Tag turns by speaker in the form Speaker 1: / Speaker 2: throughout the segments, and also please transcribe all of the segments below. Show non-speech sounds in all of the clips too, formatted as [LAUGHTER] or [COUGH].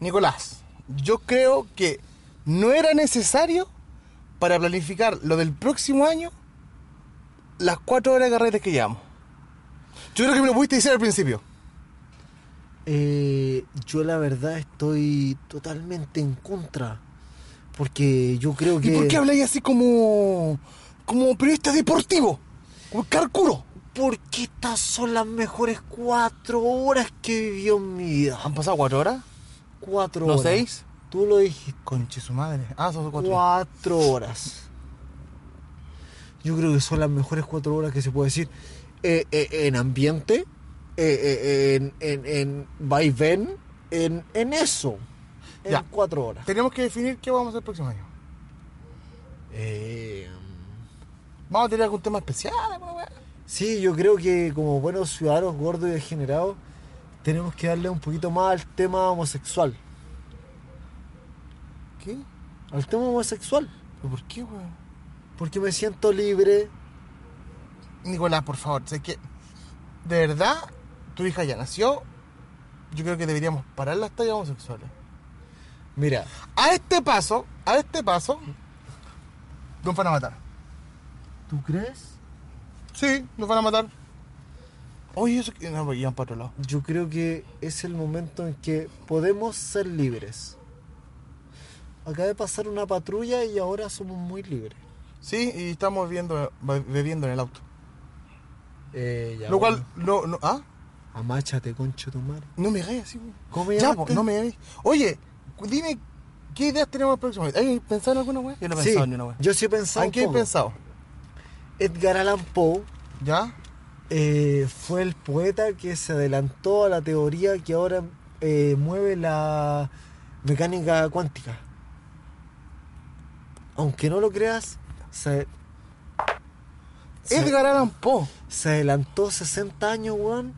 Speaker 1: Nicolás, yo creo que no era necesario para planificar lo del próximo año las cuatro horas de carretes que llevamos. Yo creo que me lo pudiste decir al principio.
Speaker 2: Eh, yo la verdad estoy totalmente en contra. Porque yo creo que...
Speaker 1: ¿Y por qué habláis así como, como periodista deportivo? Como carcuro.
Speaker 2: Porque estas son las mejores cuatro horas que he vivido en mi vida.
Speaker 1: ¿Han pasado cuatro horas?
Speaker 2: Cuatro
Speaker 1: ¿No
Speaker 2: horas.
Speaker 1: seis?
Speaker 2: Tú lo dijiste.
Speaker 1: Conche su madre. Ah, son cuatro.
Speaker 2: Cuatro horas. Yo creo que son las mejores cuatro horas que se puede decir. Eh, eh, en ambiente, eh, eh, en, en, en vaivén, en, en eso. En
Speaker 1: Ya.
Speaker 2: cuatro horas.
Speaker 1: Tenemos que definir qué vamos a hacer el próximo año.
Speaker 2: Eh,
Speaker 1: ¿Vamos a tener algún tema especial? alguna weá?
Speaker 2: sí, yo creo que como buenos ciudadanos gordos y degenerados, tenemos que darle un poquito más al tema homosexual.
Speaker 1: ¿Qué?
Speaker 2: Al tema homosexual.
Speaker 1: ¿Pero por qué, weón?
Speaker 2: Porque me siento libre.
Speaker 1: Nicolás, por favor, sé que de verdad tu hija ya nació. Yo creo que deberíamos parar las tallas homosexuales.
Speaker 2: Mira,
Speaker 1: A este paso, a este paso, nos van a matar.
Speaker 2: ¿tú crees?
Speaker 1: Sí, nos van a matar. Oye, eso que. No, porque iban para otro lado.
Speaker 2: Yo creo que es el momento en que podemos ser libres. Acaba de pasar una patrulla y ahora somos muy libres.
Speaker 1: Sí, y estamos viendo, be- bebiendo en el auto.
Speaker 2: Eh, ya
Speaker 1: Lo
Speaker 2: bueno.
Speaker 1: cual, no, no, ah,
Speaker 2: Amáchate, concho tu madre.
Speaker 1: no me hagáis así, güey.
Speaker 2: ¿Cómo me
Speaker 1: Ya,
Speaker 2: llamaste?
Speaker 1: po, no me hagáis. Oye, cu- dime, ¿qué ideas tenemos el próximo año? ¿Hay pensado en alguna, weá? Yo no he
Speaker 2: Sí,
Speaker 1: pensado en una, weá.
Speaker 2: yo sí he pensado.
Speaker 1: ¿En
Speaker 2: un
Speaker 1: qué he
Speaker 2: poco.
Speaker 1: pensado?
Speaker 2: Edgar Allan Poe
Speaker 1: ¿Ya?
Speaker 2: eh, fue el poeta que se adelantó a la teoría que ahora eh, mueve la mecánica cuántica. Aunque no lo creas, se, se-
Speaker 1: Edgar Allan Poe.
Speaker 2: se adelantó 60 años, weón,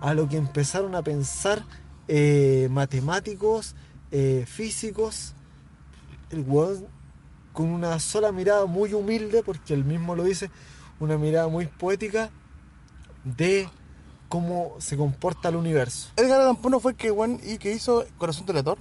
Speaker 2: a lo que empezaron a pensar eh, matemáticos, eh, físicos. El weón, con una sola mirada muy humilde, porque él mismo lo dice, una mirada muy poética de cómo se comporta el universo.
Speaker 1: Edgar Allan Poe no fue el que, weón, y que hizo Corazón Delator.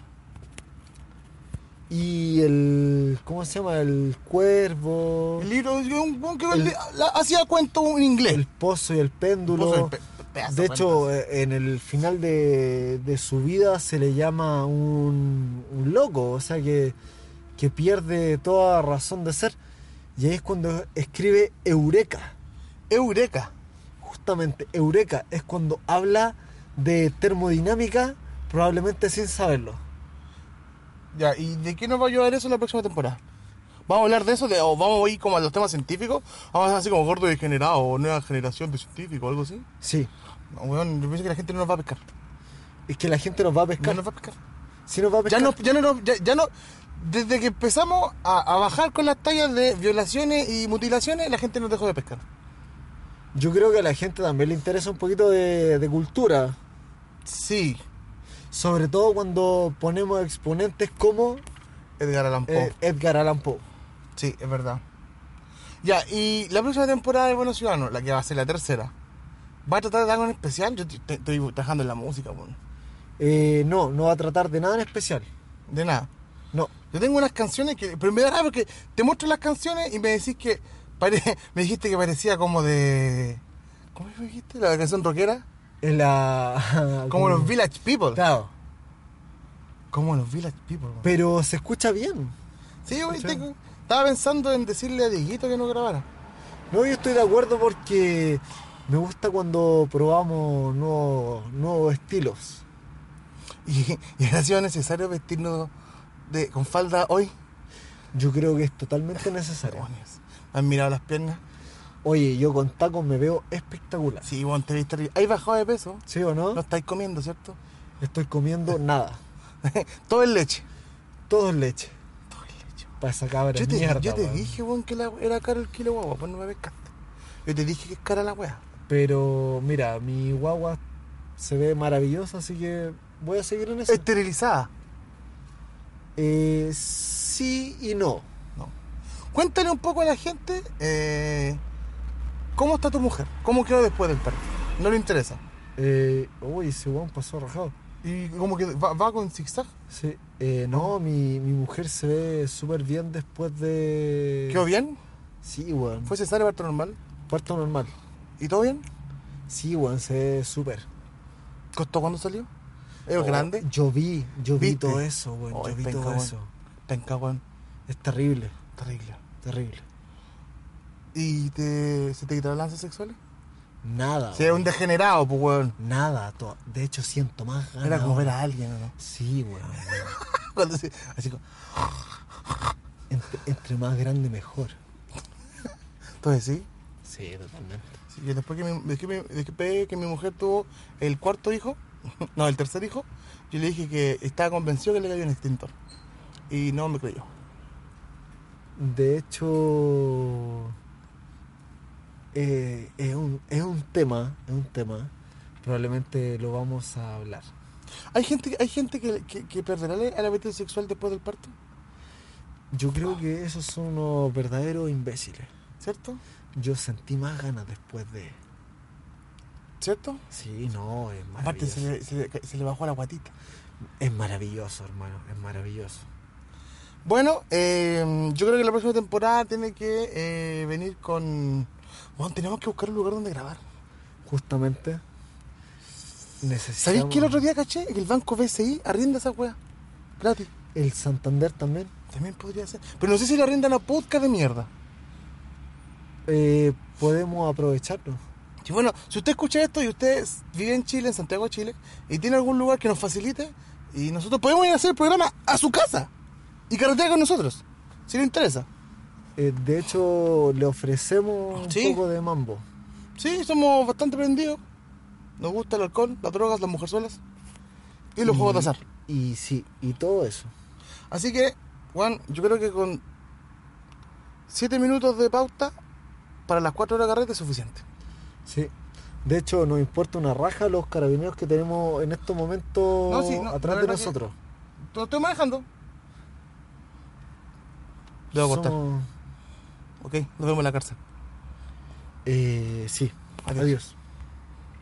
Speaker 2: Y el. ¿Cómo se llama? El cuervo,
Speaker 1: El libro, yo, un weón que
Speaker 2: El-
Speaker 1: le- la- hacía cuento en
Speaker 2: el
Speaker 1: inglés.
Speaker 2: pozo y el péndulo.
Speaker 1: Puso el pe- pedazo,
Speaker 2: De
Speaker 1: weón.
Speaker 2: hecho, eh, en el final de, de su vida se le llama un, un loco, o sea que, que pierde toda razón de ser. Y ahí es cuando escribe Eureka. eh,
Speaker 1: Eureka.
Speaker 2: Justamente, Eureka es cuando habla de termodinámica, probablemente sin saberlo.
Speaker 1: Ya, ¿y de qué nos va a ayudar eso en la próxima temporada? ¿Vamos a hablar de eso? De, ¿O vamos a ir como a los temas científicos? ¿Vamos a ser así como gordo degenerado o nueva generación de científicos o algo así?
Speaker 2: Sí,
Speaker 1: No, weón, yo pienso que la gente no nos va a pescar.
Speaker 2: es que la gente nos va a
Speaker 1: No
Speaker 2: pescar.
Speaker 1: nos va a pescar.
Speaker 2: Sí nos va a
Speaker 1: Ya
Speaker 2: pescar.
Speaker 1: no, ya no, nos- ya, ya no. Desde que empezamos a, a bajar con las tallas de violaciones y mutilaciones, la gente nos dejó de pescar.
Speaker 2: Yo creo que a la gente también le interesa un poquito de- de cultura.
Speaker 1: Sí,
Speaker 2: Sobre todo cuando ponemos exponentes como
Speaker 1: Edgar Allan Poe.
Speaker 2: eh, Edgar Allan Poe.
Speaker 1: Sí, es verdad. Ya, y la próxima temporada de Buenos Ciudadanos, la que va a ser la tercera, ¿va a tratar de algo en especial? Yo te- te- estoy trabajando en la música, weón.
Speaker 2: Eh, no, no va a tratar de nada en especial.
Speaker 1: De nada.
Speaker 2: No.
Speaker 1: Yo tengo unas canciones que. Pero me da rabia porque te muestro las canciones y me decís que. pare- [LAUGHS] me dijiste que parecía como de. ¿Cómo me dijiste? La canción rockera.
Speaker 2: En la. [LAUGHS]
Speaker 1: Como los Village People.
Speaker 2: Claro.
Speaker 1: Como los Village People. weón.
Speaker 2: Pero se escucha bien.
Speaker 1: Sí, güey,
Speaker 2: Sí.
Speaker 1: tengo- estaba pensando en decirle a Dieguito que no grabara. [LAUGHS]
Speaker 2: No, yo estoy de acuerdo porque me gusta cuando probamos nuevos, nuevos estilos.
Speaker 1: Y, y ha sido necesario vestirnos de, con falda hoy.
Speaker 2: Yo creo que es totalmente necesario.
Speaker 1: Demonios. ¿Me ¿Han mirado las piernas?
Speaker 2: Oye, yo con tacos me veo espectacular.
Speaker 1: Sí, bueno, te viste arriba. ¿Hay bajado de peso?
Speaker 2: ¿Sí o no?
Speaker 1: No estáis comiendo, ¿cierto? [LAUGHS]
Speaker 2: Estoy comiendo nada.
Speaker 1: Todo es leche.
Speaker 2: Todo es leche.
Speaker 1: Todo es leche.
Speaker 2: Para esa cabra.
Speaker 1: Yo
Speaker 2: es
Speaker 1: te,
Speaker 2: mierda,
Speaker 1: yo te
Speaker 2: weón.
Speaker 1: dije, weón, que la- era caro el kilo guagua, pues no me pescaste. Yo te dije que es cara la weá.
Speaker 2: Pero mira, mi guagua se ve maravillosa, así que voy a seguir en eso.
Speaker 1: Esterilizada.
Speaker 2: Eh, sí y no.
Speaker 1: No. Cuéntale un poco a la gente eh, cómo está tu mujer, cómo quedó después del parto. No le interesa.
Speaker 2: Eh, uy, ese weón pasó rajado.
Speaker 1: Y como que va, va con zigzag.
Speaker 2: Sí. Eh, no, mi, mi mujer se ve súper bien después de.
Speaker 1: ¿Quedó bien?
Speaker 2: Sí, weón.
Speaker 1: ¿Fue cesárea parto normal?
Speaker 2: Parto normal.
Speaker 1: ¿Y todo bien?
Speaker 2: Sí, weón, se ve súper.
Speaker 1: ¿Costó cuando salió? ¿Es
Speaker 2: Oh,
Speaker 1: grande?
Speaker 2: Yo vi, yo vi
Speaker 1: ¿Viste?
Speaker 2: todo eso, weón.
Speaker 1: Oh,
Speaker 2: yo
Speaker 1: es
Speaker 2: vi
Speaker 1: penca,
Speaker 2: todo
Speaker 1: weón.
Speaker 2: eso.
Speaker 1: Penca, weón.
Speaker 2: Es terrible,
Speaker 1: Terrible.
Speaker 2: terrible.
Speaker 1: ¿Y te, se te quitaron lanzas sexuales?
Speaker 2: Nada.
Speaker 1: Sí, era
Speaker 2: weón.
Speaker 1: un degenerado, pues, weón.
Speaker 2: Nada. to- De hecho, siento más ganas.
Speaker 1: Era como ver
Speaker 2: ahora.
Speaker 1: a alguien, ¿o ¿no? [LAUGHS]
Speaker 2: Sí, weón. weón.
Speaker 1: Cuando se- así como,
Speaker 2: Entre, entre más grande, mejor.
Speaker 1: entonces sí.
Speaker 2: Sí, totalmente.
Speaker 1: Sí, y después que mi, después que mi- después que mi mujer tuvo el cuarto hijo, [LAUGHS] no, el tercer hijo, yo le dije que estaba convencido que le cayó un extintor. Y no me creyó.
Speaker 2: De hecho, eh, es, un, es un tema, es un tema. Probablemente lo vamos a hablar.
Speaker 1: ¿Hay gente, hay gente que, que, que perderá la- el apetito sexual después del parto?
Speaker 2: Yo creo que esos son unos verdaderos imbéciles.
Speaker 1: ¿Cierto?
Speaker 2: Yo sentí más ganas después de...
Speaker 1: ¿Cierto?
Speaker 2: Sí, no, es
Speaker 1: Aparte
Speaker 2: maravilloso.
Speaker 1: se le, se le- se le bajó la guatita.
Speaker 2: Es maravilloso, hermano, es maravilloso.
Speaker 1: Bueno, eh, yo creo que la próxima temporada tiene que eh, venir con... Bueno, tenemos que buscar un lugar donde grabar.
Speaker 2: Justamente, necesitamos...
Speaker 1: ¿Sabéis que el otro día caché? Que el banco BCI arrienda esa wea. Gratis.
Speaker 2: El Santander también.
Speaker 1: También podría ser. Pero no sé si lo arriendan a podcast de mierda.
Speaker 2: Eh, podemos aprovecharlo.
Speaker 1: Y bueno, si usted escucha esto y usted s- vive en Chile, en Santiago de Chile, y tiene algún lugar que nos facilite, y nosotros podemos ir a hacer el programa a su casa y carretera con nosotros, si le interesa.
Speaker 2: Eh, de hecho, le ofrecemos un
Speaker 1: Sí.
Speaker 2: poco de mambo.
Speaker 1: Sí, somos bastante prendidos. Nos gusta el alcohol, las drogas, las mujerzuelas y los juegos de azar.
Speaker 2: Y sí, y todo eso.
Speaker 1: Así que, Juan, yo creo que con 7 minutos de pauta para las 4 horas de carrete es suficiente.
Speaker 2: Sí. De hecho, nos importa una raja los carabineros que tenemos en estos momentos
Speaker 1: No, sí, no,
Speaker 2: atrás
Speaker 1: la
Speaker 2: de
Speaker 1: verdad que-
Speaker 2: nosotros.
Speaker 1: Lo estoy manejando. Debo cortar.
Speaker 2: Somos-
Speaker 1: Ok, nos vemos en la cárcel.
Speaker 2: eh, sí.
Speaker 1: Adiós.
Speaker 2: Adiós.